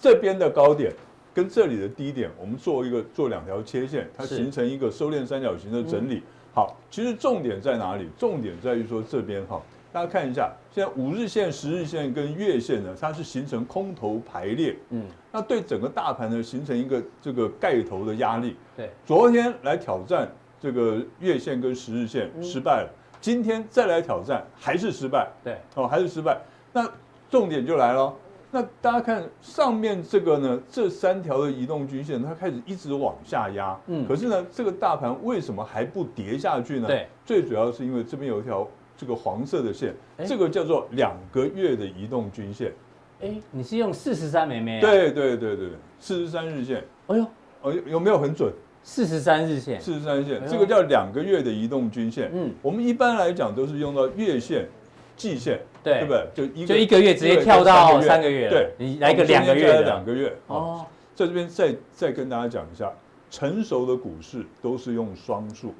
A: 这边的高点。跟这里的低点，我们做一个做两条切线，它
B: 是嗯
A: 形成一个收敛三角形的整理。好，其实重点在哪里？重点在于说这边哈，大家看一下，现在五日线、十日线跟月线呢，它是形成空头排列，
B: 嗯，
A: 那对整个大盘呢形成一个这个盖头的压力。
B: 对，
A: 昨天来挑战这个月线跟十日线失败了，今天再来挑战还是失败，
B: 对，
A: 哦还是失败。那重点就来了，哦那大家看上面这个呢，这三条的移动均线它开始一直往下压，
B: 嗯
A: 可是呢，这个大盘为什么还不跌下去呢？
B: 对，
A: 最主要是因为这边有一条这个黄色的线，
B: 哎
A: 这个叫做两个月的移动均线，
B: 哎，你是用四十三美美？，
A: 对对对对，四十三日线，
B: 哎呦，
A: 哦有有没有很准？
B: 四十三日线，
A: 四十三
B: 哎
A: 线，
B: 呦
A: 这个叫两个月的移动均线。
B: 嗯，
A: 我们一般来讲都是用到月线、季线，
B: 对
A: 对不对？就一
B: 就一个月直接跳到三个月了
A: 对，
B: 你来个两个月
A: 我们中间
B: 的
A: 加了两个月。哦，
B: 哦，
A: 在这边再再跟大家讲一下，成熟的股市都是用双数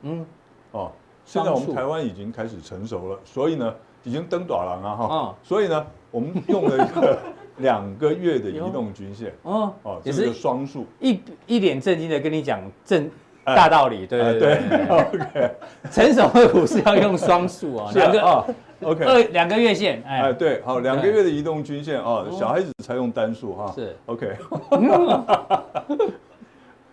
B: 嗯，
A: 哦。现在我
B: 双
A: 们
B: 数
A: 台湾已经 开始成熟了，所以呢，已经登短廊了哈。
B: 哦，
A: 所以呢，我们用了一个两个月的移动均线，
B: 哦
A: 哦，
B: 也
A: 这是
B: 是
A: 个双数，
B: 一一脸正经的跟你讲正
A: 哎
B: 大道理，对
A: 哎
B: 对对对，
A: ，OK，
B: 成熟的股市要用双数啊，
A: 是
B: 两个
A: 啊，OK，
B: 二两个月线，
A: 哎，
B: 哎，
A: 对，好，两个月的移动均线啊，小孩子才用单数哈，
B: 哦是
A: ，OK，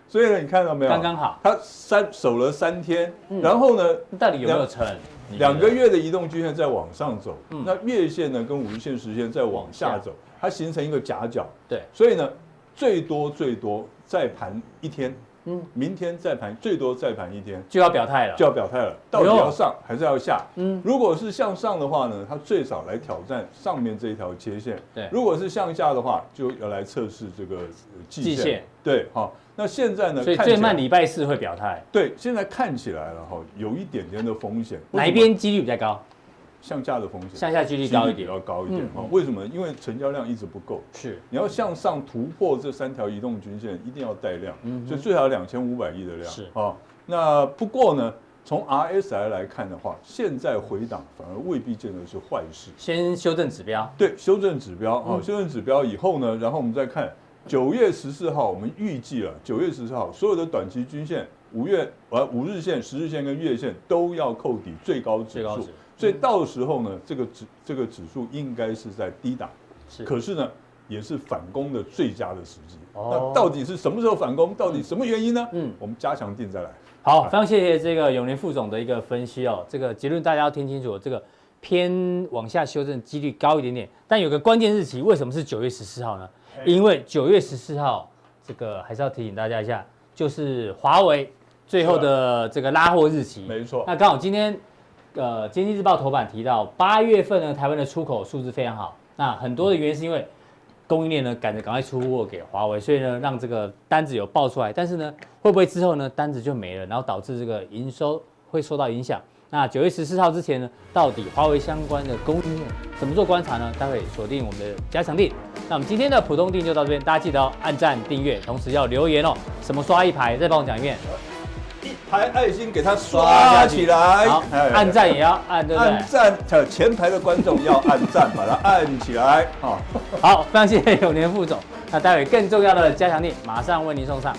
A: 所以呢，你看到没有？
B: 嗯刚刚嗯好，
A: 他三守了三天，然后呢，
B: 到底有没有
A: 两
B: 成？你觉得
A: 两个月的移动均线在往上走，
B: 嗯
A: 那月线呢跟五日线、十线在往下走，它形成一个夹角。
B: 对，
A: 所以呢，最多最多再盘一天，嗯，明天再盘，最多再盘一天
B: 就要表态了，
A: 就要表态了，到底
B: 哎呦
A: 要上还是要下？嗯，如果是向上的话呢，它最少来挑战上面这一条切线。
B: 对
A: 如果是向下的话，就要来测试这个呃
B: 季
A: 季
B: 线
A: 线。对，好，那现在呢？
B: 所以
A: 看起
B: 最
A: 来
B: 慢礼拜四会表态，
A: 对，现在看起来了哈，有一点点的风险。
B: 哪一
A: 为什么
B: 边几率比较高？
A: 向下的风险？
B: 向下几率高一
A: 比
B: 点，
A: 较高一点
B: 嗯
A: 哈。为什么？因为成交量一直不够，
B: 是
A: 你要向上突破这三条移动均线，一定要带量，所以最少两千五百亿的量。
B: 嗯是
A: 啊，那不过呢，从 RSI 来看的话，现在回档反而未必见得是坏事。
B: 先修正指标，
A: 对，修正指标
B: 嗯
A: 啊，修正指标以后呢，然后我们再看九月十四号，我们预计啊，九月十四号所有的短期均线、五月呃五日线、十日线跟月线都要扣底最高指
B: 最高
A: 数
B: 值，嗯
A: 所以到时候呢，这个指这个指数应该是在低档，
B: 是
A: 可是呢，也是反攻的最佳的时机。
B: 哦
A: 那到底是什么时候反攻？到底什么原因呢？
B: 嗯
A: 嗯，我们加强定再来。
B: 好，非常谢谢这个永年副总的一个分析哦。这个结论大家要听清楚，这个偏往下修正几率高一点点，但有个关键日期，为什么是九月十四号呢？因为九月十四号，这个还是要提醒大家一下，就是华为最后的这个拉货日期。
A: 没错
B: 嗯那刚好今天，呃，《经济日报》头版提到，八月份呢，台湾的出口数字非常好。那很多的原因是因为供应链呢赶着赶快出货给华为，所以呢让这个单子有爆出来，但是呢会不会之后呢单子就没了，然后导致这个营收会受到影响？那九月十四号之前呢，到底华为相关的供应链怎么做观察呢？待会锁定我们的加强定。那我们今天的浦东定就到这边，大家记得哦，按赞、订阅，同时要留言哦。什么刷一排，再帮我讲一遍，
A: 一排爱心给它
B: 刷
A: 刷
B: 下去
A: 起来，
B: 好，
A: 哎
B: 按赞也要按，对不对
A: 按？赞，呃，前排的观众要按赞，把它按起来啊。
B: 好，非常谢谢永年副总。那待会更重要的加强力马上为您送上。